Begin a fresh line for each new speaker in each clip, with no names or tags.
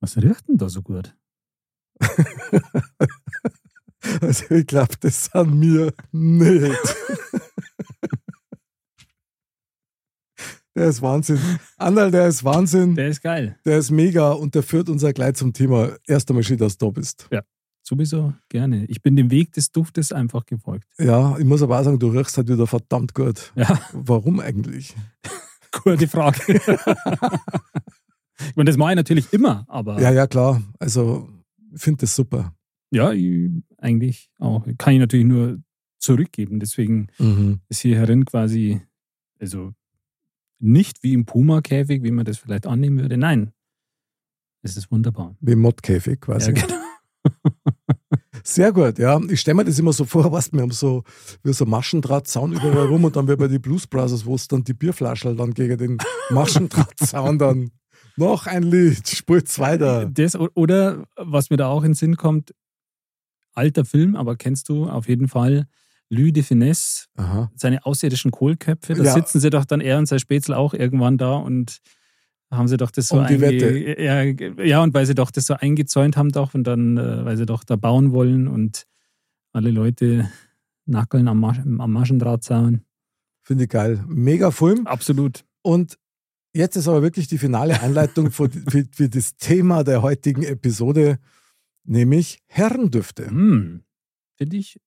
Was riecht denn da so gut?
Also ich glaube, das sind wir nicht. der ist Wahnsinn. Anderl, der ist Wahnsinn.
Der ist geil.
Der ist mega und der führt uns ja gleich zum Thema. Erst einmal schön, dass du da bist.
Sowieso gerne. Ich bin dem Weg des Duftes einfach gefolgt.
Ja, ich muss aber auch sagen, du riechst halt wieder verdammt gut.
Ja,
Warum eigentlich?
gute Frage. ich meine, das mache ich natürlich immer, aber
Ja,
ja,
ja, klar. Also, ich finde das super.
ich, eigentlich auch. Kann ich natürlich nur zurückgeben. Deswegen
Mhm.
ist hier herin quasi, also nicht wie im Puma-Käfig, wie man das vielleicht annehmen würde. Nein, es ist wunderbar.
Wie im Mottkäfig quasi.
Ja, genau.
Sehr gut, ja. Ich stelle mir das immer so vor, was wir haben so, wir so Maschendrahtzaun überall rum und dann wie bei den Blues Brothers, wo es dann die Bierflasche dann gegen den Maschendrahtzaun dann noch ein Lied, spielt's weiter.
Äh, Das, o- oder was mir da auch in den Sinn kommt, alter Film, aber kennst du auf jeden Fall Lü de Finesse,
Aha.
seine außerirdischen Kohlköpfe, da
Ja.
sitzen sie doch dann er und sein Spätzle auch irgendwann da und haben sie doch das so
Um die
einge- Ja, ja, und weil sie doch das so eingezäunt haben doch und dann, äh, weil sie doch da bauen wollen und alle Leute nackeln am, Masch am Maschendrahtzaun.
Finde ich geil. Mega Film.
Absolut.
Und jetzt ist aber wirklich die finale Einleitung für, für, für das Thema der heutigen Episode, nämlich Herrendüfte.
Hm. Finde ich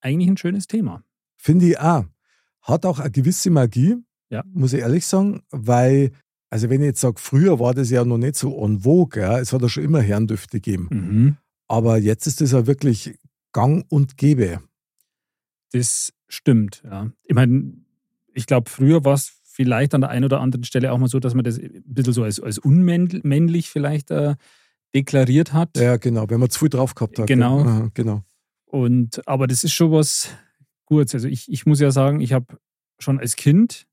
eigentlich ein schönes Thema.
Finde ich auch. Hat auch eine gewisse Magie,
Ja.
muss ich ehrlich sagen, weil, also wenn ich jetzt sage, früher war das ja noch nicht so en vogue, ja, es hat ja schon immer Herrendüfte gegeben,
Mhm.
aber jetzt ist das ja wirklich gang und gäbe.
Das stimmt, ja. Ich meine, ich glaube, früher war es vielleicht an der einen oder anderen Stelle auch mal so, dass man das ein bisschen so als, als unmännlich vielleicht äh, deklariert hat.
Ja, genau, wenn man zu viel drauf gehabt hat.
Genau.
gell? Aha, genau.
Und, aber das ist schon was Gutes. Also ich, ich muss ja sagen, ich habe schon als Kind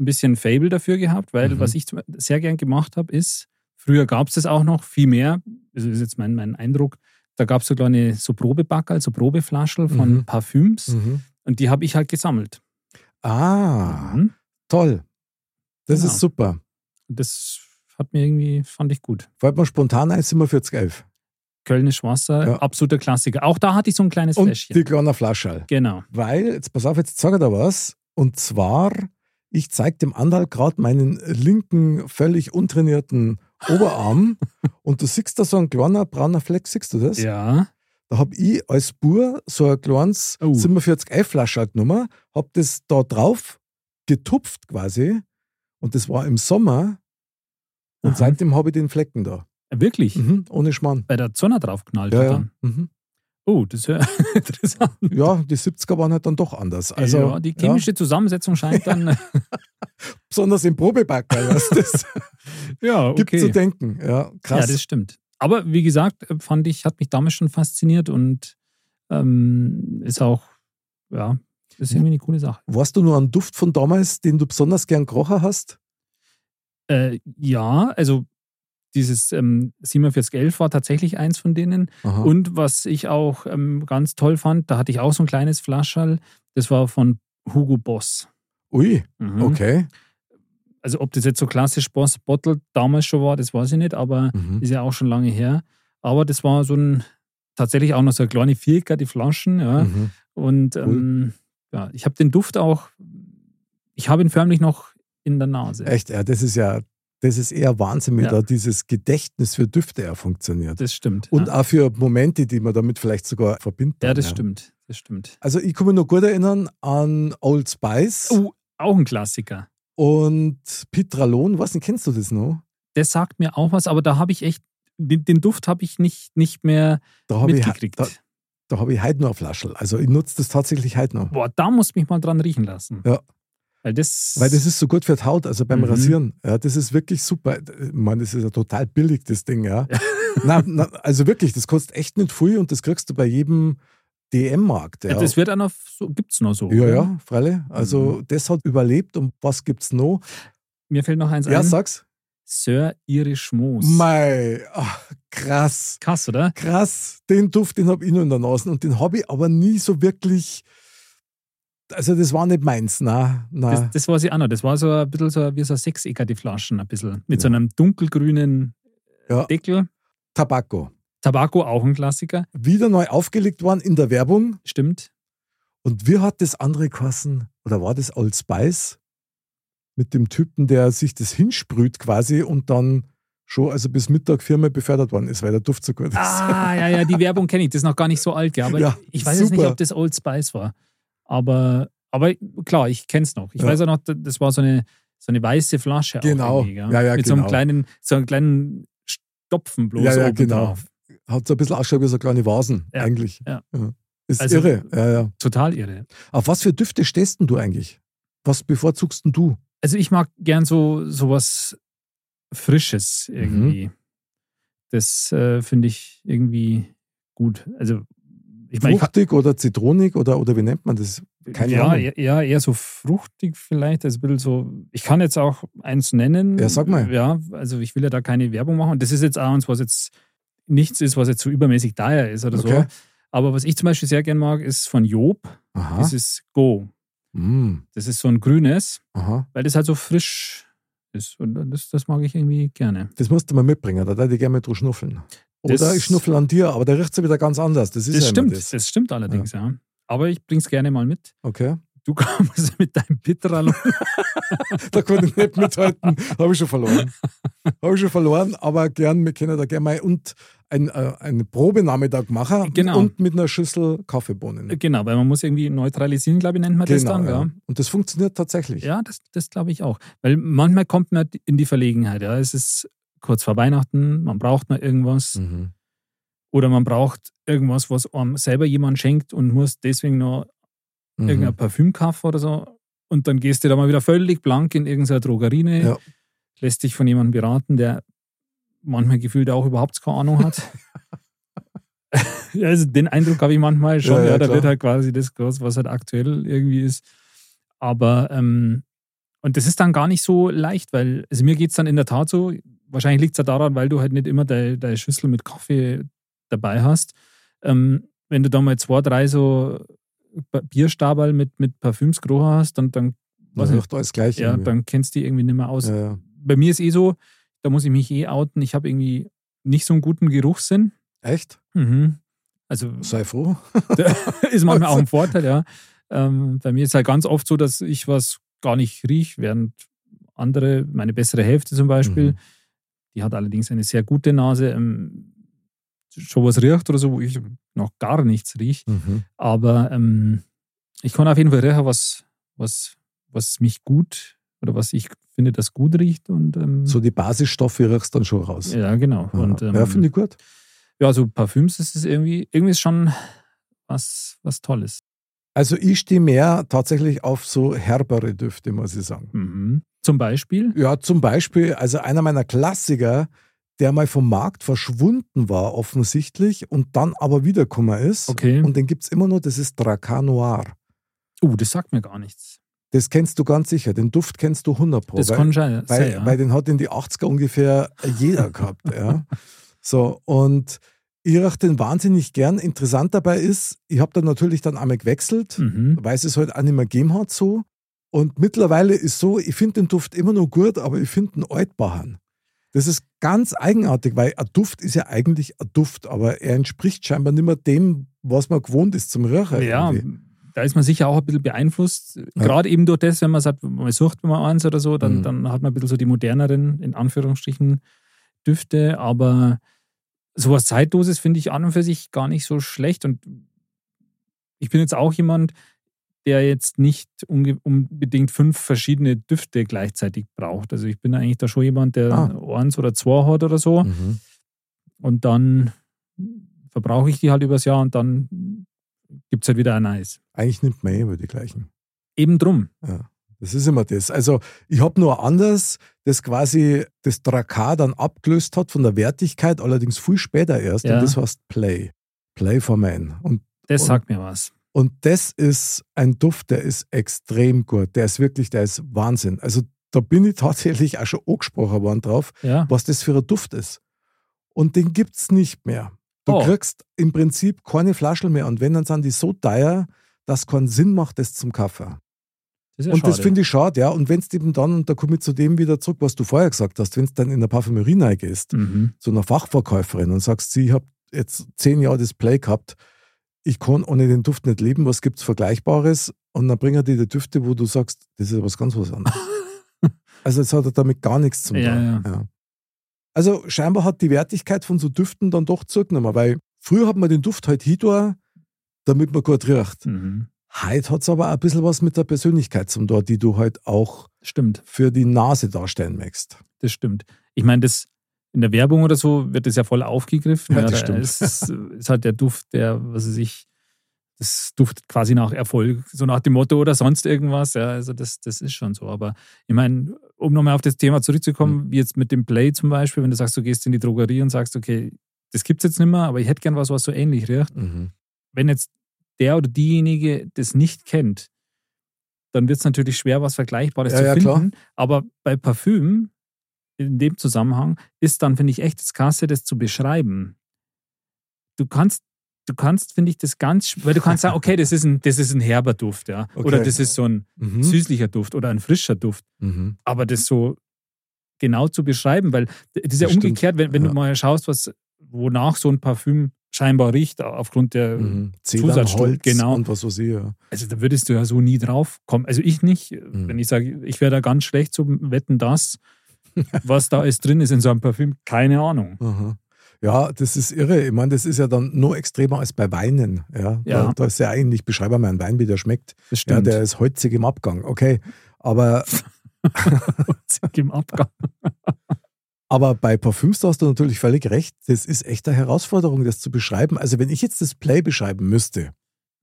ein bisschen Fable dafür gehabt, weil
Mhm.
was ich zum- sehr gern gemacht habe, ist, früher gab es das auch noch viel mehr, also das ist jetzt mein, mein Eindruck, da gab es so kleine so Probebackerl, so Probeflaschel von
Mhm.
Parfüms
Mhm.
und die habe ich halt gesammelt.
Ah,
Mhm.
toll. Das
Genau.
ist super.
das hat mir irgendwie, fand ich gut.
Fällt mir spontan ein, sind wir 4011.
Kölnisch Wasser,
Ja.
absoluter Klassiker. Auch da hatte ich so ein kleines
Und
Fläschchen.
die kleine Flasche.
Genau.
Weil, jetzt pass auf, jetzt sag ich da was. Und zwar, ich zeige dem Andal gerade meinen linken, völlig untrainierten Oberarm. und du siehst da so ein kleiner brauner Fleck, siehst du das?
Ja.
Da hab ich als Bur so ein kleines
Oh.
47F-Flasche halt genommen, hab das da drauf getupft quasi. Und das war im Sommer. Und
Aha.
seitdem habe ich den Flecken da.
Wirklich?
Mhm, ohne Schmarrn.
Bei der Sonne draufknallt
Ja,
hat
ja.
dann.
Mhm.
Oh, das ist ja interessant.
ja, die 70er waren halt dann doch anders. Also,
ja, die
ja.
chemische Zusammensetzung scheint dann. äh,
besonders im Probebacker, weißt du, das
ja,
gibt
okay.
zu denken. Ja,
ja,
krass.
das stimmt. Aber wie gesagt, äh, fand ich, hat mich damals schon fasziniert und ähm, ist auch, ja, ist irgendwie eine coole Sache.
Warst du nur einen Duft von damals, den du besonders gern gerochen hast?
Äh, ja, also dieses ähm, 4711 war tatsächlich eins von denen.
Aha.
Und was ich auch ähm, ganz toll fand, da hatte ich auch so ein kleines Flascherl, das war von Hugo Boss.
Ui,
Mhm.
okay.
Also ob das jetzt so klassisch Boss Bottle damals schon war, das weiß ich nicht, aber
Mhm.
ist ja auch schon lange her. Aber das war so ein, tatsächlich auch noch so eine kleine Vierker, die Flaschen. Ja.
Mhm.
Und ähm, ja, ich habe den Duft auch, ich habe ihn förmlich noch in der Nase.
Echt, ja, das ist ja, das ist eher Wahnsinn, wie
Ja.
da dieses Gedächtnis für Düfte ja funktioniert.
Das stimmt.
Und
ja.
auch für Momente, die man damit vielleicht sogar verbindet.
ja, das stimmt. Das stimmt.
Also ich kann mich noch gut erinnern an Old Spice
Oh, auch ein Klassiker.
und Pitralon. Was denn, kennst du das noch?
Das sagt mir auch was, aber da habe ich echt, den, den Duft habe ich nicht, nicht mehr
Da habe ich,
mitgekriegt.
da, da hab ich heute noch eine Flasche. Also ich nutze das tatsächlich heute noch.
Boah, da muss mich mal dran riechen lassen.
Ja.
Weil das,
Weil das ist so gut für die Haut, also beim
Mhm.
Rasieren. Ja, das ist wirklich super. Ich meine, das ist ja total billig, das Ding, ja. na, na, also wirklich, das kostet echt nicht viel und das kriegst du bei jedem DM-Markt. Ja.
ja, das Mhm. wird auch noch so, gibt es noch so.
ja,
oder?
ja, freilich. Also das hat überlebt und was gibt's noch?
Mir fällt noch eins
Ja,
ein.
sag's.
Sir Irish Moos.
Mei, ach, krass.
Krass, oder?
Krass, den Duft, den habe ich nur in der Nase und den habe ich aber nie so wirklich. Also, das war nicht meins, na, na.
Das, das war sie auch noch. Das war so ein bisschen so wie so ein sechsecker, die Flaschen, ein bisschen. Mit so
Ja.
einem dunkelgrünen
Ja.
Deckel.
Tabako.
Tabako auch ein Klassiker.
Wieder neu aufgelegt worden in der Werbung.
Stimmt.
Und wie hat das andere Kassen, oder war das Old Spice? Mit dem Typen, der sich das hinsprüht quasi und dann schon also bis Mittag Firma befördert worden ist, weil der Duft so gut ist.
Ah, ja, ja, die Werbung kenne ich. Das ist noch gar nicht so alt, ja. Aber
Ja,
ich weiß jetzt nicht,
super.
ob das Old Spice war. Aber, aber klar, ich kenne es noch. Ich
Ja.
weiß auch noch, das war so eine, so eine weiße Flasche. auch
Genau.
irgendwie, gell?
Ja, ja,
Mit so einem
genau.
kleinen, so einem kleinen Stopfen bloß
Ja, ja,
oben
genau.
drauf.
Hat so ein bisschen ausgeschaut wie so kleine Vasen
Ja,
eigentlich.
ja.
Ist
Also-
irre. Ja, ja.
Total irre.
Auf was für Düfte stehst denn du eigentlich? Was bevorzugst denn du?
Also ich mag gern so sowas Frisches irgendwie.
Mhm.
Das äh, finde ich irgendwie gut. Also ich meine, ich,
Fruchtig oder zitronig oder, oder wie nennt man das? Keine
ja,
Ahnung.
eher- ja, eher so fruchtig vielleicht. Also ein bisschen so, ich kann jetzt auch eins nennen.
Ja, sag mal.
Ja, also ich will ja da keine Werbung machen. Und das ist jetzt auch eins, was jetzt nichts ist, was jetzt so übermäßig daher ist oder
Okay.
so. Aber was ich zum Beispiel sehr gern mag, ist von Job.
Aha.
Das ist Go.
Mm,
Das ist so ein grünes,
aha.
weil das halt so frisch ist. Und das, das mag ich irgendwie gerne.
Das musst du mal mitbringen, da würde ich gerne mit drüber schnuffeln. Oder
Das-
ich schnuffel an dir, aber da riecht ja wieder ganz anders. Das ist
Das
ja
stimmt,
Immer
das.
das.
stimmt allerdings, ja. Aber ich bring's gerne mal mit.
Okay.
Du kommst mit deinem Bitteralum.
Da konnte ich nicht mithalten. Habe ich schon verloren. Habe ich schon verloren, aber gern, wir können da gerne mal und ein, äh, einen Probenachmittag machen
Genau.
und mit einer Schüssel Kaffeebohnen.
genau, weil man muss irgendwie neutralisieren, glaube ich, nennt man das dann,
Genau, ja.
ja.
Und das funktioniert tatsächlich.
Ja, das, das glaube ich auch. Weil manchmal kommt man in die Verlegenheit. Ja. Es ist kurz vor Weihnachten, man braucht noch irgendwas
Mhm.
oder man braucht irgendwas, was einem selber jemand schenkt und muss deswegen noch irgendein
Mhm.
Parfüm kaufen oder so. Und dann gehst du da mal wieder völlig blank in irgendeiner Drogerie, rein,
Ja.
lässt dich von jemandem beraten, der manchmal gefühlt auch überhaupt keine Ahnung hat. Ja, also den Eindruck habe ich manchmal schon.
Ja,
Ja,
ja,
da
klar.
wird halt quasi das groß, was halt aktuell irgendwie ist. Aber, ähm, und das ist dann gar nicht so leicht, weil also mir geht es dann in der Tat so, wahrscheinlich liegt es ja daran, weil du halt nicht immer deine deine Schüssel mit Kaffee dabei hast. Ähm, wenn du da mal zwei, drei so Ba- Bierstaberl mit, mit Parfüms gerochen hast, dann, dann,
Das
weiß nicht,
riecht alles gleich.
ja,
irgendwie.
dann kennst du die irgendwie nicht mehr aus.
ja, ja.
Bei mir ist eh so, da muss ich mich eh outen, ich habe irgendwie nicht so einen guten Geruchssinn.
Echt?
Mhm. Also
Sei froh.
ist manchmal
Also.
auch ein Vorteil, ja. Ähm, bei mir ist halt ganz oft so, dass ich was gar nicht rieche, während andere, meine bessere Hälfte zum Beispiel,
Mhm.
die hat allerdings eine sehr gute Nase, ähm, schon was riecht oder so, wo ich noch gar nichts rieche.
Mhm.
Aber ähm, ich kann auf jeden Fall riechen, was, was, was mich gut oder was ich finde, das gut riecht. Und, ähm,
So die Basisstoffe riechst dann schon raus.
ja, genau. Und, ähm,
ja, finde ich gut.
ja, so Parfüms ist es irgendwie, irgendwie ist schon was, was Tolles.
Also ich stehe mehr tatsächlich auf so herbere Düfte, muss ich sagen.
Mhm. Zum Beispiel.
Ja, zum Beispiel, also einer meiner Klassiker, der mal vom Markt verschwunden war, offensichtlich, und dann aber wiedergekommen ist.
Okay.
Und den gibt es immer nur, das ist Dracar Noir.
Oh, das sagt mir gar nichts.
Das kennst du ganz sicher, den Duft kennst du 100 Pro.
Das
weil-
kann schon
weil,
sein.
weil
ja.
den hat in die 80er ungefähr jeder gehabt. ja. So, und ich rieche den wahnsinnig gern. Interessant dabei ist, ich habe dann natürlich dann einmal gewechselt,
Mhm.
weil es es halt auch nicht mehr gegeben hat so. Und mittlerweile ist so, ich finde den Duft immer noch gut, aber ich finde den Altbachern. Das ist ganz eigenartig, weil ein Duft ist ja eigentlich ein Duft, aber er entspricht scheinbar nicht mehr dem, was man gewohnt ist zum Röcher.
Ja, da ist man sicher auch ein bisschen beeinflusst. Gerade eben durch das, wenn man sagt, man sucht mal eins oder so, dann,
Mhm.
dann hat man ein bisschen so die moderneren, in Anführungsstrichen, Düfte. Aber sowas Zeitdosis finde ich an und für sich gar nicht so schlecht. Und ich bin jetzt auch jemand, der jetzt nicht unge- unbedingt fünf verschiedene Düfte gleichzeitig braucht. Also ich bin eigentlich da schon jemand, der
Ah. Mhm.
eins oder zwei hat oder so. Und dann verbrauche ich die halt übers Jahr und dann gibt es halt wieder ein Eis.
Eigentlich nimmt man eh über die gleichen.
Eben drum.
Das ist immer das. Also ich habe nur anders, das quasi das Drakar dann abgelöst hat von der Wertigkeit, allerdings viel später erst.
Ja.
Und das heißt Play. Play for Man. Und,
Das
Und-
sagt mir was.
und das ist ein Duft, der ist extrem gut. Der ist wirklich, der ist Wahnsinn. Also da bin ich tatsächlich auch schon angesprochen worden drauf,
Ja.
was das für ein Duft ist. Und den gibt es nicht mehr. Du
Oh.
kriegst im Prinzip keine Flaschen mehr. Und wenn, dann sind die so teuer, dass keinen Sinn macht, das zum Kaffee.
Das ist ja
und
schade.
das finde ich schade, ja. Und wenn es eben dann, und da komme ich zu dem wieder zurück, was du vorher gesagt hast, wenn es dann in der Parfümerie reingehst,
Mhm.
zu einer Fachverkäuferin und sagst, sie, ich habe jetzt zehn Jahre das Play gehabt, ich kann ohne den Duft nicht leben, was gibt's Vergleichbares? Und dann bringen die die Düfte, wo du sagst, das ist was ganz was anderes. also es hat ja damit gar nichts zum
Ja,
tun.
ja.
Also scheinbar hat die Wertigkeit von so Düften dann doch zurückgenommen, weil früher hat man den Duft halt hindor, damit man gut riecht.
Mhm.
Heute hat's aber auch ein bisschen was mit der Persönlichkeit zum Tor, die du halt auch
Stimmt,
für die Nase darstellen möchtest.
das stimmt. Ich meine, das in der Werbung oder so wird das ja voll aufgegriffen.
Ja, das
da
stimmt.
Ist, ist halt der Duft, der, was weiß ich, das duftet quasi nach Erfolg, so nach dem Motto oder sonst irgendwas. Ja, also das, das ist schon so. Aber ich meine, um nochmal auf das Thema zurückzukommen,
Mhm.
wie jetzt mit dem Play zum Beispiel, wenn du sagst, du gehst in die Drogerie und sagst, okay, das gibt's jetzt nicht mehr, aber ich hätte gern was, was so ähnlich riecht.
Mhm.
wenn jetzt der oder diejenige das nicht kennt, dann wird es natürlich schwer, was Vergleichbares
Ja,
zu
ja, klar.
finden. Aber bei Parfüm, in dem Zusammenhang, ist dann, finde ich, echt das Kasse, das zu beschreiben. Du kannst, du kannst, finde ich, das ganz, sch- weil du kannst sagen, okay, das ist ein, das ist ein herber Duft, ja.
Okay.
Oder das ist so ein
Mhm.
süßlicher Duft oder ein frischer Duft
Mhm.
aber das so genau zu beschreiben, weil das ist ja
Das stimmt.
umgekehrt, wenn, wenn
Ja.
du mal schaust, was, wonach so ein Parfüm scheinbar riecht, aufgrund der,
Mhm.
Zusatzstoff,
Zedernholz
genau.
und was weiß ich. Ja.
also da würdest du ja so nie drauf kommen. Also ich nicht,
Mhm.
wenn ich sage, ich wäre da ganz schlecht zum Wetten, das, was da alles drin ist in so einem Parfüm, keine Ahnung.
Aha. Ja, das ist irre. Ich meine, das ist ja dann nur extremer als bei Weinen. Ja,
Ja.
Da, da ist ja eigentlich, beschreibe mal einen Wein, wie der schmeckt.
Das
Ja,
stimmt.
der ist holzig im Abgang. Okay. Aber,
Zack, Im Abgang.
aber bei Parfüms da hast du natürlich völlig recht. Das ist echt eine Herausforderung, das zu beschreiben. Also, wenn ich jetzt das Play beschreiben müsste,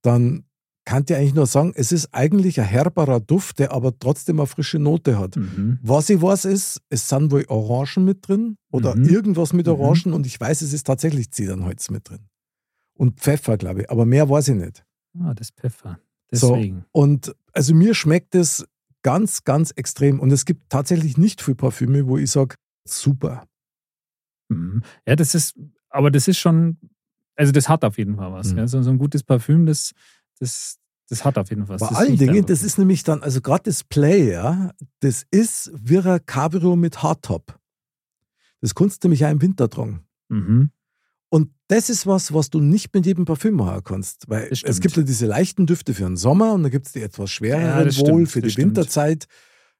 dann kann ich eigentlich nur sagen, es ist eigentlich ein herberer Duft, der aber trotzdem eine frische Note hat.
Mhm.
Was ich weiß ist, es sind wohl Orangen mit drin oder
Mhm.
irgendwas mit
Mhm.
Orangen und ich weiß, es ist tatsächlich Zedernholz mit drin. Und Pfeffer, glaube ich, aber mehr weiß ich nicht.
Ah, das Pfeffer.
So.
Deswegen.
Und also mir schmeckt es ganz, ganz extrem. Und es gibt tatsächlich nicht viele Parfüme, wo ich sage, super.
Mhm. Ja, das ist, aber das ist schon, also das hat auf jeden Fall was.
Mhm.
Ja. So, so ein gutes Parfüm, das, das, das hat auf jeden Fall was.
Bei
Das
allen
riecht
Dingen,
einfach
das
gut.
ist nämlich dann, also gerade das Play, ja, das ist wie ein Cabrio mit Hardtop. Das kannst du nämlich auch im Winter tragen.
Mhm.
Und das ist was, was du nicht mit jedem Parfüm machen kannst. Weil
Das
es
stimmt.
gibt ja diese leichten Düfte für den Sommer und dann gibt es die etwas
Ja,
schwereren
das
wohl
stimmt,
für
das
die
stimmt.
Winterzeit.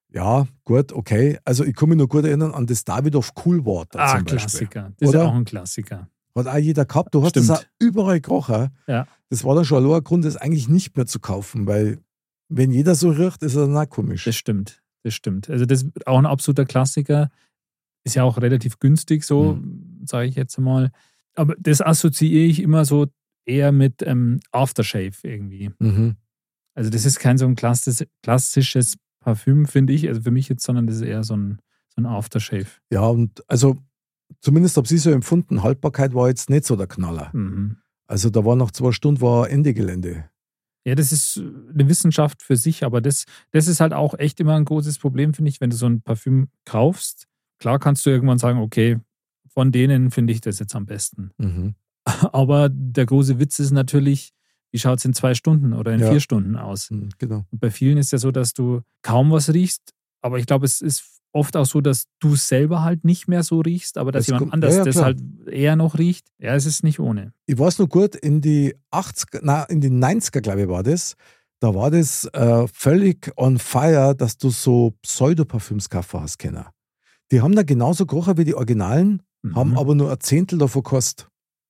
Ja, gut, okay. Also ich kann mich nur gut erinnern an das Davidoff Cool Water
Ah,
zum Beispiel.
Klassiker. Das ist
Oder?
auch ein Klassiker.
Hat auch jeder gehabt. Du hast das
Stimmt.
auch überall gerochen.
Ja.
Das war dann schon allein ein Grund, das eigentlich nicht mehr zu kaufen, weil wenn jeder so riecht, ist er dann auch komisch.
Das stimmt. Das stimmt. Also, das ist auch ein absoluter Klassiker. Ist ja auch relativ günstig, so sage ich jetzt mal. Aber das assoziiere ich immer so eher mit ähm, Aftershave irgendwie.
Mhm.
Also, das ist kein so ein klassisches, klassisches Parfüm, finde ich. Also für mich jetzt, sondern das ist eher so ein, so ein Aftershave.
Ja, und also zumindest habe ich so empfunden, Haltbarkeit war jetzt nicht so der Knaller.
Mhm.
Also da war nach zwei Stunden war Ende Gelände.
Ja, das ist äh, eine Wissenschaft für sich, aber das, das ist halt auch echt immer ein großes Problem, finde ich, wenn du so ein Parfüm kaufst. Klar kannst du irgendwann sagen, okay, von denen finde ich das jetzt am besten.
Mhm.
Aber der große Witz ist natürlich, wie schaut es in zwei Stunden oder in
Ja.
vier Stunden aus?
Mhm, Genau.
Und bei vielen ist ja so, dass du kaum was riechst, aber ich glaube, es ist oft auch so, dass du selber halt nicht mehr so riechst, aber dass
Das
jemand
kommt-
anders
ja, ja,
das
klar.
halt eher noch riecht. Ja, es ist nicht ohne.
ich weiß noch gut, in die 80er, na, in die 90er, glaube ich, war das. Da war das äh, völlig on fire, dass du so Pseudoparfüms gekauft hast, Kenner. Die haben da genauso gerochen wie die Originalen,
Mhm.
haben aber nur ein Zehntel davon gekostet.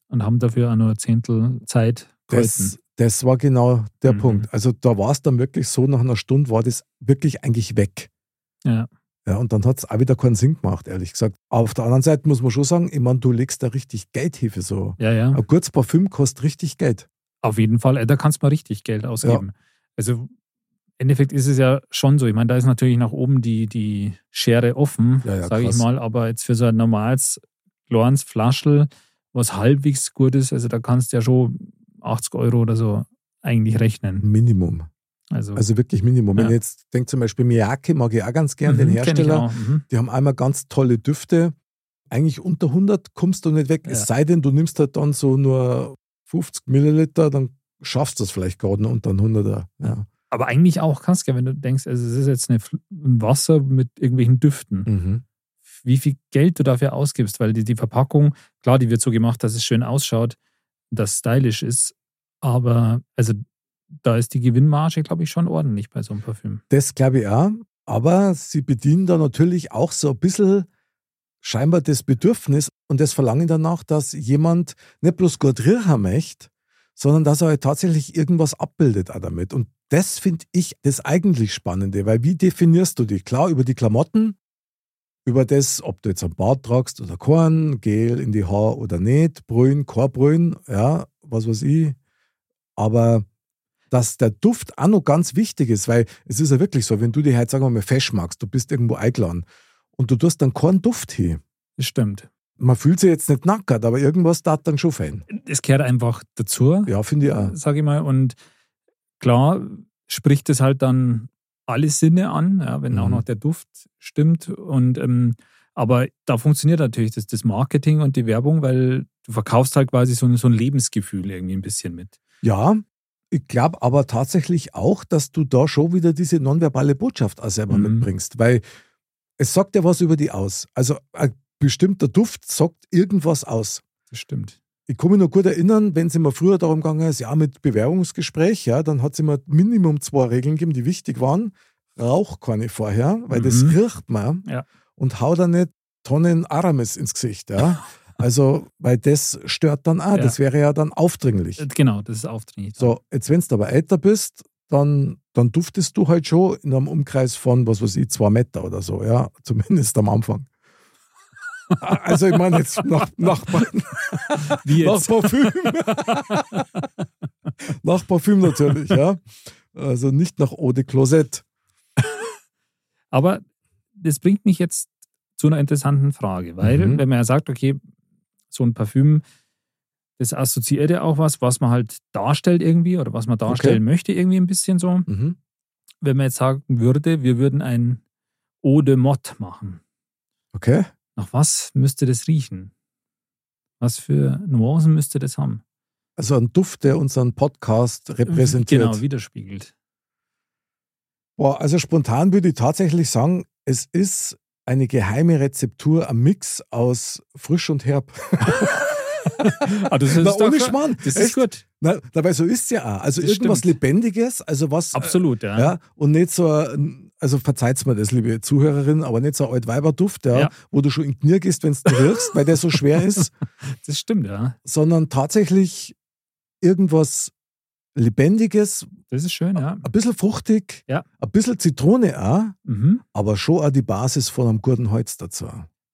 Und haben dafür auch nur ein Zehntel Zeit.
Das,
gehalten.
das war genau der
Mhm.
Punkt. Also da war es dann wirklich so, nach einer Stunde war das wirklich eigentlich weg.
Ja.
Ja, und dann hat es auch wieder keinen Sinn gemacht, ehrlich gesagt. Auf der anderen Seite muss man schon sagen, ich meine, du legst da richtig Geld hin. So.
Ja, ja.
Ein gutes Parfüm kostet richtig Geld.
Auf jeden Fall, äh, da kannst du mal richtig Geld ausgeben. Also im Endeffekt ist es ja schon so. Ich meine, da ist natürlich nach oben die, die Schere offen,
Ja, ja,
sage ich
krass.
mal. Aber jetzt für so ein normales Glorns Flaschel, was halbwegs gut ist, also da kannst du ja schon 80 Euro oder so eigentlich rechnen.
Minimum.
Also,
Mhm. Also wirklich Minimum. Wenn
Ja.
ich jetzt denke zum Beispiel Miyake, mag ich auch ganz gern
Mhm,
den
kenn ich
Hersteller.
auch. Mhm.
Die haben einmal ganz tolle Düfte. Eigentlich unter 100 kommst du nicht weg.
Ja.
Es sei denn, du nimmst halt dann so nur 50 Milliliter, dann schaffst du es vielleicht gerade noch unter einen 100er. Ja.
Aber eigentlich auch krass, gell, wenn du denkst, also es ist jetzt eine, Fl- ein Wasser mit irgendwelchen Düften.
Mhm.
Wie viel Geld du dafür ausgibst, weil die, die Verpackung, klar, die wird so gemacht, dass es schön ausschaut, dass es stylisch ist, aber also da ist die Gewinnmarge, glaube ich, schon ordentlich bei so einem Parfüm.
Das glaube ich auch. Aber sie bedienen da natürlich auch so ein bisschen scheinbar das Bedürfnis und das Verlangen danach, dass jemand nicht bloß gut riechen möchte, sondern dass er halt tatsächlich irgendwas abbildet auch damit. Und das finde ich das eigentlich Spannende, weil wie definierst du dich? Klar, über die Klamotten, über das, ob du jetzt einen Bart tragst oder Korn, Gel in die Haare oder nicht, Brühen, Korbrühen, ja, was weiß ich. Aber dass der Duft auch noch ganz wichtig ist, weil es ist ja wirklich so, wenn du dich halt, sagen wir mal, fesch magst, du bist irgendwo eingeladen und du tust dann keinen Duft hin.
Das stimmt.
Man fühlt sich jetzt nicht nackert, aber irgendwas tat dann schon fein.
Es gehört einfach dazu,
Ja, finde ich auch.
sage ich mal. Und klar spricht es halt dann alle Sinne an, ja, wenn auch
Mhm.
noch der Duft stimmt. Und ähm, aber da funktioniert natürlich das, das Marketing und die Werbung, weil du verkaufst halt quasi so, ein- so ein Lebensgefühl irgendwie ein bisschen mit.
Ja, ich glaube aber tatsächlich auch, dass du da schon wieder diese nonverbale Botschaft auch selber
Mhm.
mitbringst, weil es sagt ja was über die aus. Also ein bestimmter Duft sagt irgendwas aus.
Das stimmt.
Ich kann mich noch gut erinnern, wenn es immer früher darum gegangen ist, ja, mit Bewerbungsgespräch, ja, dann hat es immer Minimum zwei Regeln gegeben, die wichtig waren. Rauch kann ich vorher, weil das
Mhm.
riecht man
Ja.
und hau da nicht Tonnen Aramis ins Gesicht, ja. Also, weil das stört dann
Ja.
auch. Das wäre ja dann aufdringlich.
Genau, das ist aufdringlich.
So, jetzt wenn du aber älter bist, dann, dann duftest du halt schon in einem Umkreis von, was weiß ich, zwei Meter oder so, ja, zumindest am Anfang. Also ich meine jetzt nach, Nachbarn,
Wie
nach
jetzt?
Parfüm. nach Parfüm natürlich, ja. Also nicht nach Eau de Closette.
Aber das bringt mich jetzt zu einer interessanten Frage, weil
Mhm.
wenn man ja sagt, okay, so ein Parfüm, das assoziiert ja auch was, was man halt darstellt irgendwie oder was man darstellen möchte irgendwie ein bisschen so.
Mhm.
Wenn man jetzt sagen würde, wir würden ein Eau de Motte machen,
Okay.
nach was müsste das riechen? Was für Nuancen müsste das haben?
Also ein Duft, der unseren Podcast repräsentiert.
Genau, widerspiegelt.
Boah, also spontan würde ich tatsächlich sagen, es ist eine geheime Rezeptur, ein Mix aus frisch und herb.
Ah, das ist
Na,
doch-
ohne Schmarrn.
Das ist
Echt?
gut.
Na, dabei so ist es ja auch. Also
Das
irgendwas
stimmt.
Lebendiges, also was.
Absolut, ja.
Äh, ja, und nicht so, ein- also verzeiht's mir das, liebe Zuhörerin, aber nicht so ein Altweiberduft, ja,
Ja.
wo du schon in den Knirr gehst, wenn du riechst, weil der so schwer ist,
Das stimmt, ja.
sondern tatsächlich irgendwas Lebendiges,
Das ist schön, ja.
ein bisschen fruchtig,
Ja.
ein bisschen Zitrone auch,
Mhm.
aber schon auch die Basis von einem guten Holz dazu.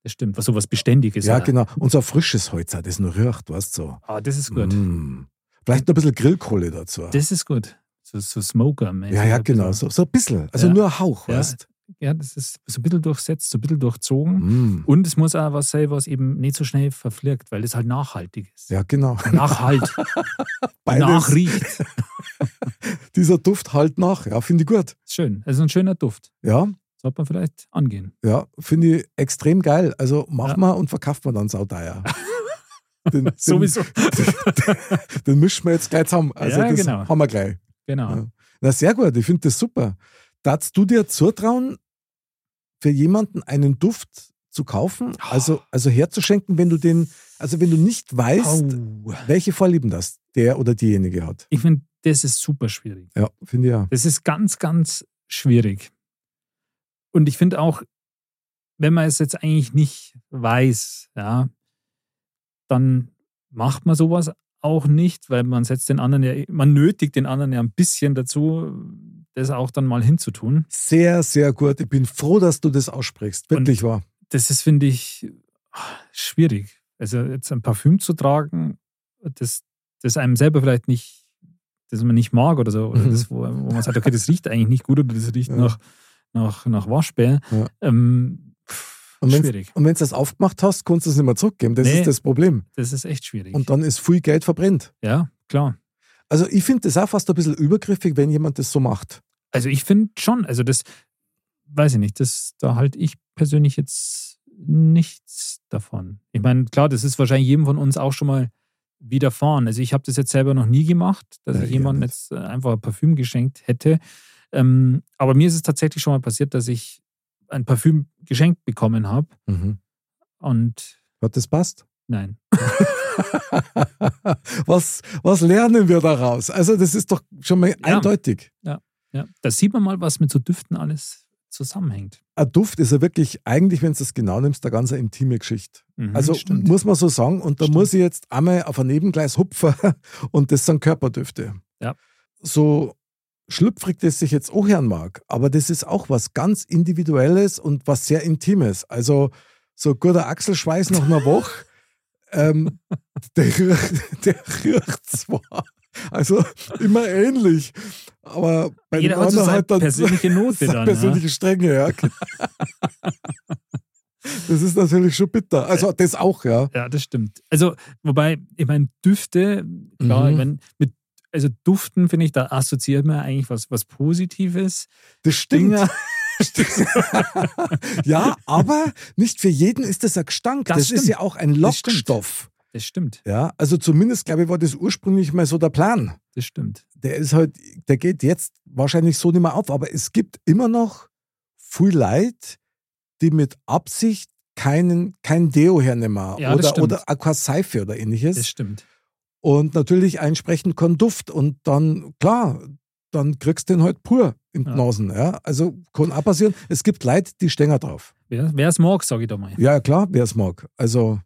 Das stimmt, was sowas Beständiges
Ja,
hat.
genau. Und so ein frisches Holz, auch, das nur riecht, weißt du. So.
Ah, das ist gut.
Mm. Vielleicht noch ein bisschen Grillkohle dazu.
Das ist gut. So, so Smoker-mäßig.
ja, ja,
ein bisschen.
genau. So, so ein bisschen. Also
Ja.
nur ein Hauch,
Ja.
weißt
Ja, das ist so ein bisschen durchsetzt, so ein bisschen durchzogen.
Mm.
Und es muss auch was sein, was eben nicht so schnell verflirgt, weil das halt nachhaltig ist.
Ja, genau.
Nachhalt, nachriecht.
Dieser Duft halt nach. Ja, finde ich gut.
Schön. Also ein schöner Duft.
Ja,
Sollte man vielleicht angehen.
ja, finde ich extrem geil. Also mach
Ja.
mal und verkauft man dann sauteier. Den, den,
Sowieso.
den mischen wir jetzt gleich zusammen. Also
Ja,
das
genau.
haben wir gleich.
Genau.
Ja. Na, sehr gut. Ich finde das super. Darfst du dir zutrauen, für jemanden einen Duft zu kaufen, also,
Oh.
also herzuschenken, wenn du den, also wenn du nicht weißt,
Au.
welche Vorlieben das der oder diejenige hat?
Ich finde, das ist super schwierig.
Ja, finde ich ja.
Das ist ganz, ganz schwierig. Und ich finde auch, wenn man es jetzt eigentlich nicht weiß, ja, dann macht man sowas auch nicht, weil man setzt den anderen ja, man nötigt den anderen ja ein bisschen dazu, das auch dann mal hinzutun.
Sehr, sehr gut. Ich bin froh, dass du das aussprichst. Wirklich wahr.
Das ist, finde ich, schwierig. Also jetzt ein Parfüm zu tragen, das, das einem selber vielleicht nicht, das man nicht mag oder so, oder
Mhm.
das, wo, wo man sagt, okay, das riecht eigentlich nicht gut oder das riecht
Ja.
nach, nach, nach Waschbär.
Ja.
Ähm, pff,
Und wenn's-
schwierig.
Und wenn du das aufgemacht hast, kannst du es nicht mehr zurückgeben. Das
Nee.
ist das Problem.
Das ist echt schwierig.
Und dann ist viel Geld verbrennt.
ja, klar.
Also ich finde das auch fast ein bisschen übergriffig, wenn jemand das so macht.
Also ich finde schon, also das, weiß ich nicht, das, da halte ich persönlich jetzt nichts davon. Ich meine, klar, das ist wahrscheinlich jedem von uns auch schon mal widerfahren. Also ich habe das jetzt selber noch nie gemacht, dass
Ja,
ich
ich
jemandem
auch nicht.
jetzt äh, einfach ein Parfüm geschenkt hätte. Ähm, aber mir ist es tatsächlich schon mal passiert, dass ich ein Parfüm geschenkt bekommen habe
Mhm.
und
Hat das passt?
nein.
was, was lernen wir daraus? Also, das ist doch schon mal eindeutig.
Ja, da sieht man mal, was mit so Düften alles zusammenhängt.
Ein Duft ist ja wirklich, eigentlich, wenn du es genau nimmst, eine ganz intime Geschichte.
Mhm,
Also
stimmt.
muss man so sagen, und da
Stimmt.
muss ich jetzt einmal auf ein Nebengleis hupfen und das sind Körperdüfte.
Ja.
So schlüpfrig das sich jetzt auch hören mag, aber das ist auch was ganz Individuelles und was sehr Intimes. Also so ein guter Achselschweiß nach einer Woche, ähm, der, riecht, der riecht zwar, also immer ähnlich, aber bei
Jeder
dem
hat so
anderen
seine
halt dann
persönliche Note
seine
dann.
persönliche
Ja.
Strenge, ja. Das ist natürlich schon bitter. Also das auch, ja.
ja, das stimmt. Also, wobei, ich meine, Düfte, klar,
Mhm.
ich mein, mit, also Duften, finde ich, da assoziiert man eigentlich was, was Positives.
Das stinkt.
Dinger,
ja, aber nicht für jeden ist das ein Gestank.
Das
Das, ist
stimmt.
ja auch ein
Das stimmt.
Lockstoff.
das stimmt,
Ja, also zumindest, glaube ich, war das ursprünglich mal so der Plan.
das stimmt.
Der ist halt, der geht jetzt wahrscheinlich so nicht mehr auf, aber es gibt immer noch viel Leid, die mit Absicht keinen, kein Deo hernehmen
Ja, das
oder,
stimmt.
oder Aqua Seife oder ähnliches.
Das stimmt.
und natürlich entsprechend keinen Duft. Und dann, klar, dann kriegst du den halt pur in die
Ja.
Nasen. Ja? Also kann auch passieren. Es gibt Leute, die stänger drauf.
Wer es mag, sage ich da mal.
Ja, klar, wer es mag. Also,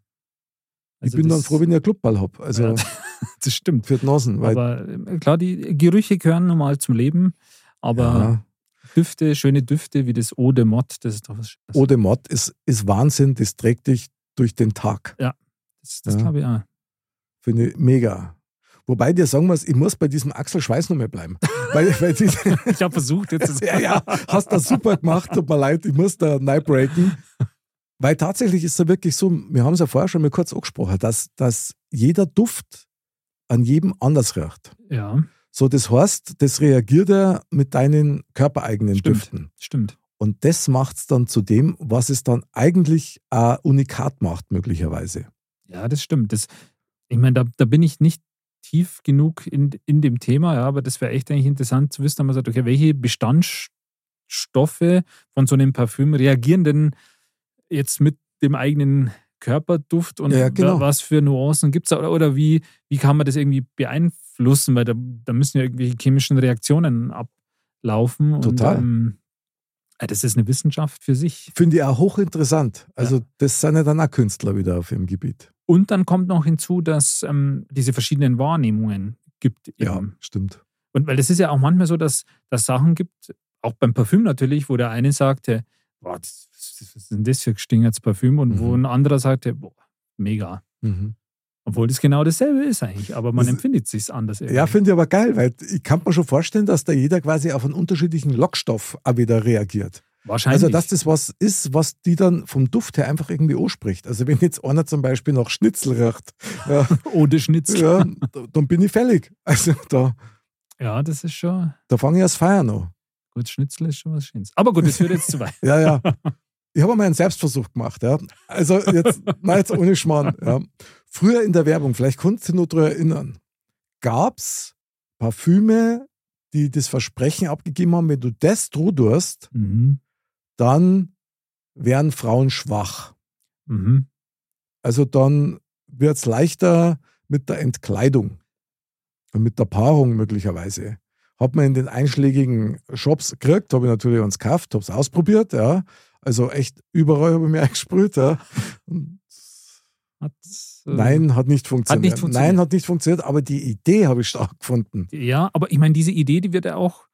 ich
Also
bin
das-
dann froh, wenn ich einen Clubball habe. Also
Ja, das stimmt.
für die Nasen. Weil,
Aber äh, klar, die Gerüche gehören normal zum Leben, aber
ja,
Düfte, schöne Düfte wie das Eau de Mott, das ist doch was Schönes.
Eau de Mott ist, ist Wahnsinn, das trägt dich durch den Tag.
das das
Ja.
glaube ich auch.
Finde ich mega. Wobei dir sagen muss, ich muss bei diesem Axel Schweiß noch mehr bleiben. weil, weil die,
Ich habe versucht, jetzt zu
Ja, ja, hast das super gemacht, tut mir leid, ich muss da neu breaken. Weil tatsächlich ist da wirklich so, wir haben es ja vorher schon mal kurz angesprochen, dass, dass jeder Duft an jedem anders riecht.
ja,
So, das heißt, das reagiert er mit deinen körpereigenen
Stimmt.
Düften.
stimmt.
Und das macht es dann zu dem, was es dann eigentlich auch unikat macht, möglicherweise.
Ja, das stimmt. Das, ich meine, da, da bin ich nicht tief genug in, in dem Thema, ja, aber das wäre echt eigentlich interessant zu wissen, wenn man sagt, okay, welche Bestandstoffe von so einem Parfüm reagieren denn jetzt mit dem eigenen Körperduft und
Ja, ja, genau.
wa- was für Nuancen gibt es da oder, oder wie, wie kann man das irgendwie beeinflussen, weil da, da müssen ja irgendwelche chemischen Reaktionen ablaufen.
Total.
Und, ähm, ja, das ist eine Wissenschaft für sich.
Finde ich auch hochinteressant. Also, das sind ja dann auch Künstler wieder auf dem Gebiet.
Und dann kommt noch hinzu, dass ähm, diese verschiedenen Wahrnehmungen gibt. Eben.
Ja, stimmt.
Und weil das ist ja auch manchmal so, dass dass Sachen gibt, auch beim Parfüm natürlich, wo der eine sagte, boah, das, das, was ist denn das für ein gestingertes Parfüm? Und wo
Mhm.
ein anderer sagte, boah, mega.
Mhm.
Obwohl das genau dasselbe ist eigentlich, aber man
Das-
empfindet sich anders. irgendwie.
Ja, finde ich aber geil, weil ich kann mir schon vorstellen, dass da jeder quasi auf einen unterschiedlichen Lockstoff auch wieder reagiert.
Wahrscheinlich.
Also, dass das was ist, was die dann vom Duft her einfach irgendwie anspricht. Also, wenn jetzt einer zum Beispiel nach Schnitzel riecht, ja,
Ohne Schnitzel. Ja.
ja, da- dann bin ich fällig. Also, da,
das ist schon.
da fange ich das Feiern an.
Gut, Schnitzel ist schon was Schönes. Aber gut, das führt jetzt zu weit.
Ja, ja. Ich habe mal einen Selbstversuch gemacht. Ja. Also, jetzt, nein, jetzt ohne Schmarrn. Ja. Früher in der Werbung, vielleicht kannst du dich noch daran erinnern, gab es Parfüme, die das Versprechen abgegeben haben, wenn du das durst,
Mhm.
dann werden Frauen schwach.
Mhm.
Also dann wird es leichter mit der Entkleidung und mit der Paarung möglicherweise. Hat man in den einschlägigen Shops gekriegt, habe ich natürlich uns gekauft, habe es ausprobiert, ja. Also echt überall habe ich mir eingesprüht, ja. Und
Hat's, äh,
Nein, Mhm. hat nicht funktioniert.
funktioniert.
Nein, hat nicht funktioniert, aber die Idee habe ich stark gefunden.
Ja, aber ich meine, diese Idee, die wird ja auch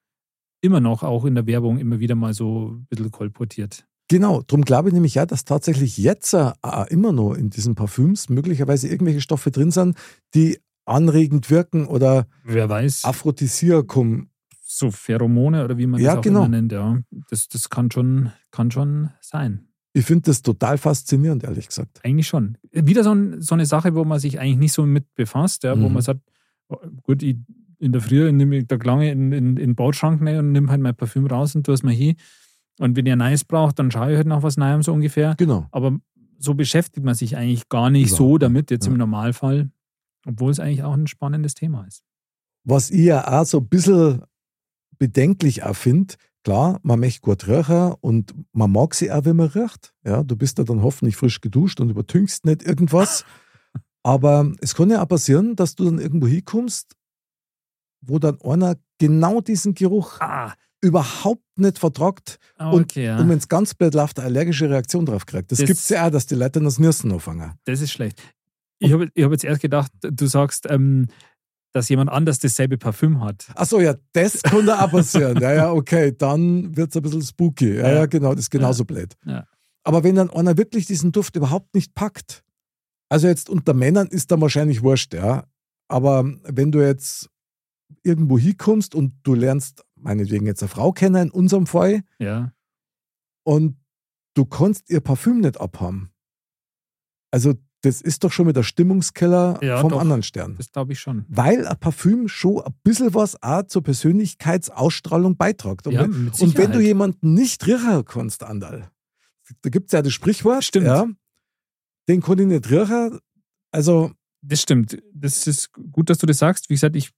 immer noch, auch in der Werbung, immer wieder mal so ein bisschen kolportiert.
Genau, darum glaube ich nämlich ja, dass tatsächlich jetzt äh, auch immer noch in diesen Parfüms möglicherweise irgendwelche Stoffe drin sind, die anregend wirken oder
Wer weiß,
Aphrodisiakum.
so Pheromone oder wie man
Ja,
das auch
genau.
immer nennt, ja. Das, das kann, schon, kann schon sein.
Ich finde das total faszinierend, ehrlich gesagt.
Eigentlich schon. Wieder so, ein, so eine Sache, wo man sich eigentlich nicht so mit befasst, ja, wo
Mhm.
man sagt, oh, gut, ich, in der Früh nehme ich da lange in, in, in den Bauschrank rein und nehme halt mein Parfüm raus und tue es mal hin. Und wenn ihr Neues braucht, dann schaue ich halt nach was Neuem so ungefähr.
Genau.
Aber so beschäftigt man sich eigentlich gar nicht
Überhaupt
so
nicht,
damit, jetzt
ja.
im Normalfall. Obwohl es eigentlich auch ein spannendes Thema ist.
Was ich ja auch so ein bisschen bedenklich auch finde, klar, man möchte gut riechen und man mag sie auch, wenn man riecht. Ja, du bist ja dann hoffentlich frisch geduscht und übertünkst nicht irgendwas. Aber es kann ja auch passieren, dass du dann irgendwo hinkommst, wo dann einer genau diesen Geruch
Ah,
überhaupt nicht vertragt
okay. ja.
und um wenn es ganz blöd läuft, eine allergische Reaktion drauf kriegt. Das,
Ah. Das-
gibt es ja auch, dass die Leute dann das Nirsen anfangen.
Das ist schlecht. Ich habe ich hab jetzt erst gedacht, du sagst, ähm, dass jemand anders dasselbe Parfüm hat.
Achso, ja, das kann da auch passieren. Ja, ja, okay, dann wird es ein bisschen spooky. Ja,
Ja.
ja, genau, das ist genauso blöd.
Ja.
Aber wenn dann einer wirklich diesen Duft überhaupt nicht packt, also jetzt unter Männern ist dann wahrscheinlich wurscht, ja. Aber wenn du jetzt irgendwo hinkommst und du lernst meinetwegen jetzt eine Frau kennen in unserem Fall
Ja.
und du kannst ihr Parfüm nicht abhaben. Also das ist doch schon mit der Stimmungskeller
Ja,
vom
doch.
anderen Stern.
Das glaube ich schon.
Weil ein Parfüm schon ein bisschen was auch zur Persönlichkeitsausstrahlung beiträgt. Und,
ja,
wenn,
mit
und wenn du
Sicherheit.
jemanden nicht riechen kannst, Andal, da gibt es ja das Sprichwort,
Stimmt.
Ja, den kann ich nicht riechen. Also,
Das stimmt. Das ist gut, dass du das sagst. Wie gesagt, ich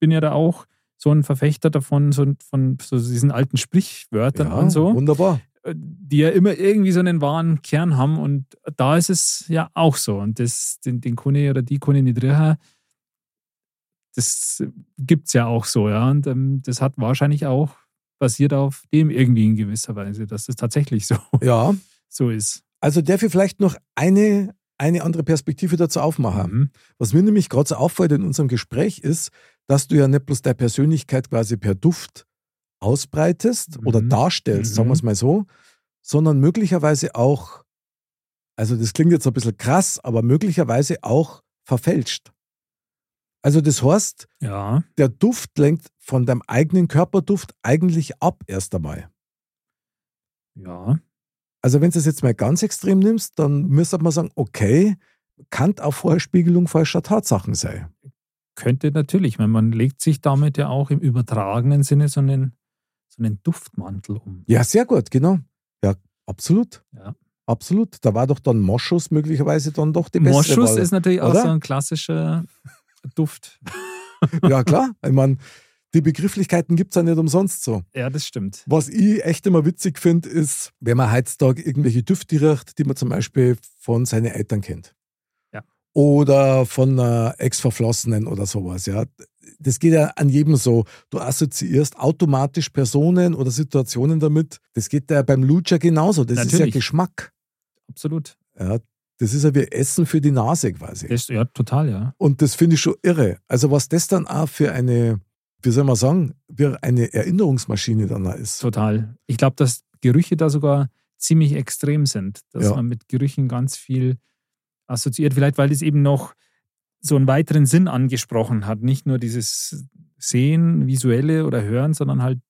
bin ja da auch so ein Verfechter davon, so ein- von so diesen alten Sprichwörtern
ja,
und so,
wunderbar.
äh, die ja immer irgendwie so einen wahren Kern haben. Und da ist es ja auch so. Und das, den, den Kunde oder die Kunde nicht riechen, das gibt es ja auch so, ja. Und ähm, das hat wahrscheinlich auch basiert auf dem irgendwie in gewisser Weise, dass das tatsächlich so,
Ja,
so ist.
also darf ich vielleicht noch eine, eine andere Perspektive dazu aufmachen.
Mhm.
Was mir nämlich gerade so auffällt in unserem Gespräch ist, dass du ja nicht bloß deine Persönlichkeit quasi per Duft ausbreitest
Mhm.
oder darstellst, sagen wir es mal so, sondern möglicherweise auch, also das klingt jetzt ein bisschen krass, aber möglicherweise auch verfälscht. Also das heißt,
Ja,
der Duft lenkt von deinem eigenen Körperduft eigentlich ab erst einmal.
ja.
Also wenn du das jetzt mal ganz extrem nimmst, dann müsste man sagen, okay, kann auch Vorspiegelung falscher Tatsachen sein.
Könnte natürlich, weil man legt sich damit ja auch im übertragenen Sinne so einen, so einen Duftmantel um.
Ja, sehr gut, genau. Ja, absolut.
Ja.
Absolut. Da war doch dann Moschus möglicherweise dann doch die beste
Moschus
Wahl.
ist natürlich auch
oder?
so ein klassischer Duft.
Ja, klar. Ich meine, die Begrifflichkeiten gibt es ja nicht umsonst so.
Ja, das stimmt.
Was ich echt immer witzig finde, ist, wenn man heutzutage irgendwelche Düfte riecht, die man zum Beispiel von seinen Eltern kennt.
Ja.
Oder von einer Ex-Verflossenen oder sowas. Ja. Das geht ja an jedem so. Du assoziierst automatisch Personen oder Situationen damit. Das geht ja beim Lutscher genauso. Das ist ja
Natürlich.
Geschmack.
Absolut.
Ja, das ist ja wie Essen für die Nase quasi.
Das, ja, total, ja.
Und das finde ich schon irre. Also was das dann auch für eine, wie soll man sagen, wie eine Erinnerungsmaschine dann da ist.
Total. Ich glaube, dass Gerüche da sogar ziemlich extrem sind, dass
Ja.
man mit Gerüchen ganz viel assoziiert. Vielleicht, weil es eben noch so einen weiteren Sinn angesprochen hat. Nicht nur dieses Sehen, Visuelle oder Hören, sondern halt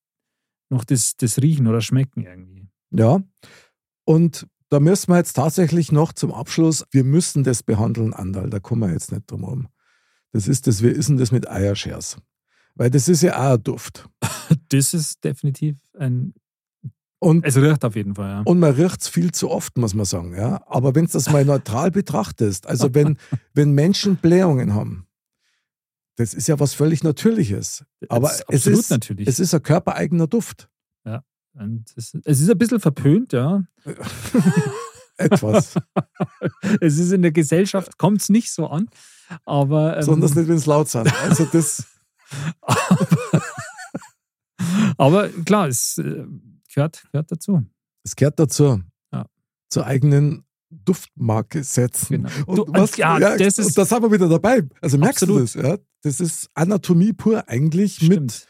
noch das, das Riechen oder Schmecken irgendwie.
Ja. Und da müssen wir jetzt tatsächlich noch zum Abschluss, wir müssen das behandeln, Andal, da kommen wir jetzt nicht drum rum. Das ist das, wir essen das mit Eierschers. Weil das ist ja auch ein Duft.
Das ist definitiv ein.
Und,
Es riecht auf jeden Fall, ja.
und man riecht es viel zu oft, muss man sagen. Ja? Aber wenn du das mal neutral betrachtest, also wenn, wenn Menschen Blähungen haben, das ist ja was völlig Natürliches. aber
Das ist
es
absolut
ist-
natürlich.
Es ist ein körpereigener Duft.
Und es, es ist ein bisschen verpönt, ja. Ähm.
Etwas.
Es ist in der Gesellschaft, kommt es nicht so an. Aber ähm,
Besonders nicht, wenn es laut sind. Also das,
Aber klar, es äh, gehört, gehört dazu.
es gehört dazu.
Ja.
Zur eigenen Duftmarke setzen.
Genau.
Und,
Du,
was,
ja,
ja,
das ist
und das haben wir wieder dabei. Also merkst
Absolut.
du das? Ja? Das ist Anatomie pur eigentlich mit
stimmt.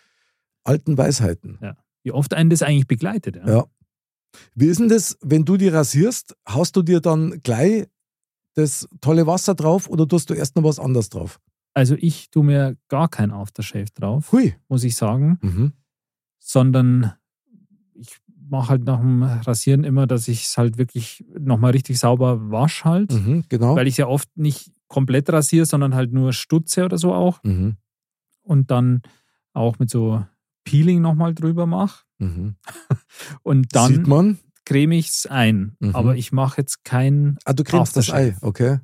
alten Weisheiten.
Wie oft einen das eigentlich begleitet. Ja.
Ja. Wie ist denn das, wenn du dir rasierst, haust du dir dann gleich das tolle Wasser drauf oder tust du erst noch was anderes drauf?
Also ich tue mir gar kein Aftershave drauf,
Hui.
muss ich sagen,
Mhm.
sondern ich mache halt nach dem Rasieren immer, dass ich es halt wirklich nochmal richtig sauber wasche halt,
Mhm, genau.
weil ich ja oft nicht komplett rasiere, sondern halt nur stutze oder so auch
mhm.
und dann auch mit so Peeling nochmal drüber mache
Mhm.
und dann
Sieht man,
creme ich es ein.
Mhm.
Aber ich mache jetzt kein
Ah, du cremst das Ei,
Aftershave.
okay.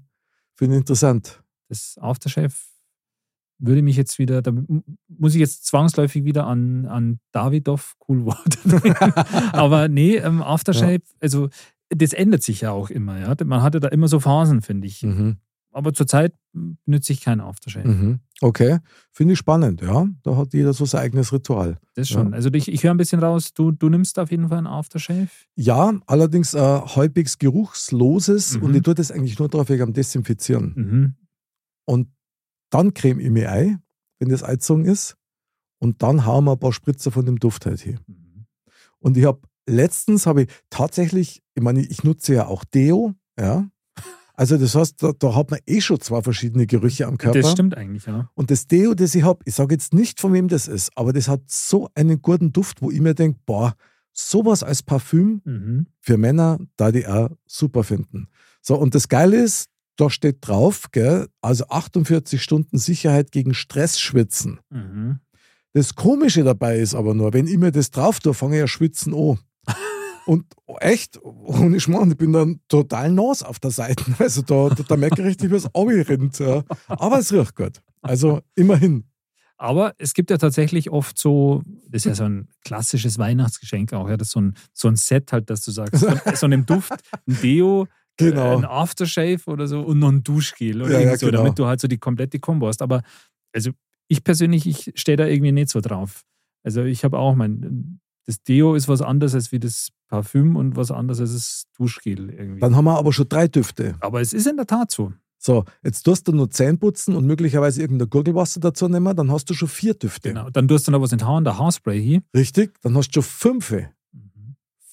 Finde ich interessant.
das Aftershave würde mich jetzt wieder, da muss ich jetzt zwangsläufig wieder an, an Davidoff, cool Wort. Aber nee, ähm, Aftershave, ja. also das ändert sich ja auch immer. Ja? Man hatte da immer so Phasen, finde ich.
Mhm.
Aber zurzeit nütze ich keinen Aftershave.
Mhm. Okay, finde ich spannend, ja. Da hat jeder so sein eigenes Ritual.
Das schon.
Ja.
Also ich, ich höre ein bisschen raus, du, du nimmst auf jeden Fall einen Aftershave.
Ja, allerdings äh, halbwegs geruchsloses
Mhm.
und ich tue das eigentlich nur drauf wegen am Desinfizieren.
Mhm.
Und dann creme ich mir ein, wenn das Eizung ist. Und dann hauen wir ein paar Spritzer von dem Duft halt hin.
Mhm.
Und ich habe letztens habe ich tatsächlich, ich meine, ich nutze ja auch Deo, ja. Also das heißt, da, da hat man eh schon zwei verschiedene Gerüche am Körper.
Das stimmt eigentlich, ja.
Und das Deo, das ich habe, ich sage jetzt nicht, von wem das ist, aber das hat so einen guten Duft, wo ich mir denke, boah, sowas als Parfüm
Mhm.
für Männer, da die auch super finden. So, und das Geile ist, da steht drauf, gell, also 48 Stunden Sicherheit gegen Stress schwitzen.
Mhm.
Das Komische dabei ist aber nur, wenn ich mir das drauf tue, fange ich ja schwitzen an. Und echt, ohne Schmarrn, ich bin dann total nass auf der Seite. Also da, da, da merke ich richtig, wie es abrinnt. Ja. Aber es riecht gut. Also immerhin.
Aber es gibt ja tatsächlich oft so, das ist ja so ein klassisches Weihnachtsgeschenk auch, ja, das ist so ein, so ein Set halt, dass du sagst, so, so einem Duft, ein Deo, äh,
Genau.
ein Aftershave oder so und noch ein Duschgel oder
Ja,
irgend
ja,
so,
genau.
damit du halt so die komplette Kombo hast. Aber also ich persönlich, ich stehe da irgendwie nicht so drauf. Also ich habe auch mein, das Deo ist was anderes als wie das Parfüm und was anderes als das Duschgel irgendwie.
Dann haben wir aber schon drei Düfte.
Aber es ist in der Tat so.
So, jetzt tust du nur Zähne putzen und möglicherweise irgendein Gurgelwasser dazu nehmen, dann hast du schon vier Düfte.
Genau. Dann tust du noch was in den Haaren, der Haarspray hier.
Richtig? Dann hast du schon fünf. Mhm.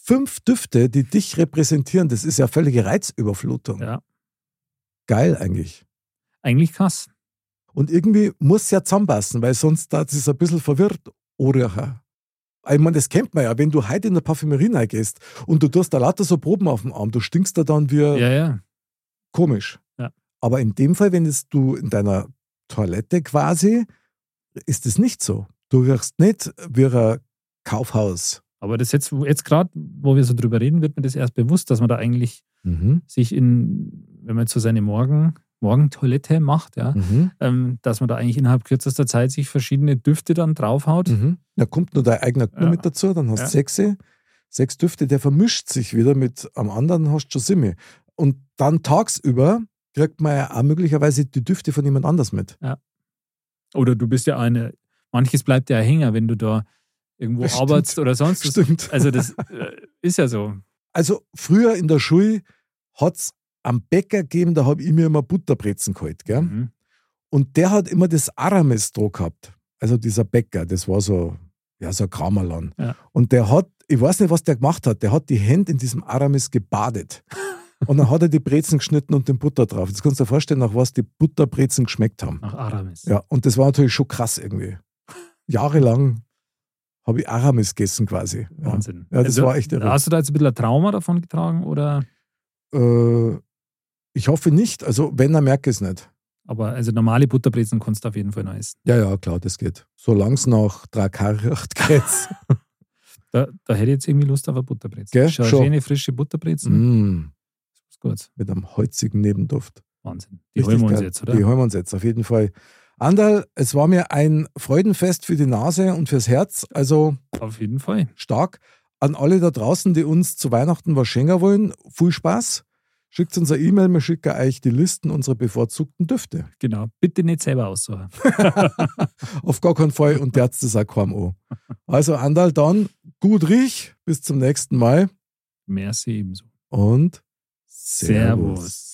Fünf Düfte, die dich repräsentieren. Das ist ja völlige Reizüberflutung.
Ja.
Geil eigentlich.
Eigentlich krass.
Und irgendwie muss es ja zusammenpassen, weil sonst da ist es ein bisschen verwirrt. Oder ich meine, das kennt man ja. Wenn du heute in der Parfümerie reingehst und du tust da lauter so Proben auf dem Arm, du stinkst da dann wie
Ja, ja.
komisch.
Ja.
Aber in dem Fall, wenn jetzt du in deiner Toilette quasi, ist es nicht so. Du riechst nicht wie ein Kaufhaus.
Aber das jetzt, jetzt gerade, wo wir so drüber reden, wird mir das erst bewusst, dass man da eigentlich
Mhm.
sich in, wenn man jetzt so seine Morgen, Morgentoilette macht, ja,
Mhm.
ähm, dass man da eigentlich innerhalb kürzester Zeit sich verschiedene Düfte dann draufhaut.
Mhm. Da kommt nur dein eigener Kuh
Ja.
mit dazu, dann hast du
Ja.
sechs. Sechs Düfte, der vermischt sich wieder mit am anderen, hast du schon Simme. Und dann tagsüber kriegt man ja auch möglicherweise die Düfte von jemand anders mit.
Oder du bist ja eine, manches bleibt ja ein Hänger, wenn du da irgendwo
Stimmt.
arbeitest oder sonst was.
Stimmt.
Also das äh, ist ja so.
Also früher in der Schule hat es am Bäcker gegeben, da habe ich mir immer Butterbrezen geholt. Gell?
Mhm.
Und der hat immer das Aramis drauf gehabt. Also dieser Bäcker, das war so, ja, so ein Kramerlan.
Ja.
Und der hat, ich weiß nicht, was der gemacht hat, der hat die Hände in diesem Aramis gebadet. Und dann hat er die Brezen geschnitten und den Butter drauf. Jetzt kannst du dir vorstellen, nach was die Butterbrezen geschmeckt haben.
Nach Aramis.
Ja, und das war natürlich schon krass irgendwie. Jahrelang habe ich Aramis gegessen quasi. Ja.
Wahnsinn. Also,
Ja, das war echt irre.
Hast du da jetzt ein bisschen ein Trauma davon getragen oder?
Äh, ich hoffe nicht. Also, wenn, dann merke ich es nicht.
Aber also normale Butterbrezen kannst du auf jeden Fall noch essen.
Ja, ja, klar, das geht. Solange es nach Drakar riecht, geht's.
Da, da hätte ich jetzt irgendwie Lust auf eine Butterbrezen.
Gell?
Schon eine
Schon.
schöne frische Butterbrezen.
mm.
Ist gut.
mit einem holzigen Nebenduft.
Wahnsinn. Die holen wir uns jetzt, oder?
Die holen wir uns jetzt, auf jeden Fall. Andal, es war mir ein Freudenfest für die Nase und fürs Herz, also
Auf jeden Fall.
stark. An alle da draußen, die uns zu Weihnachten was schenken wollen, viel Spaß. Schickt uns eine E-Mail, wir schicken euch die Listen unserer bevorzugten Düfte.
Genau. Bitte nicht selber aussuchen.
Auf gar keinen Fall und der hat's das auch kaum an. Also Andal, dann gut riech, bis zum nächsten Mal
Merci ebenso.
und
Servus.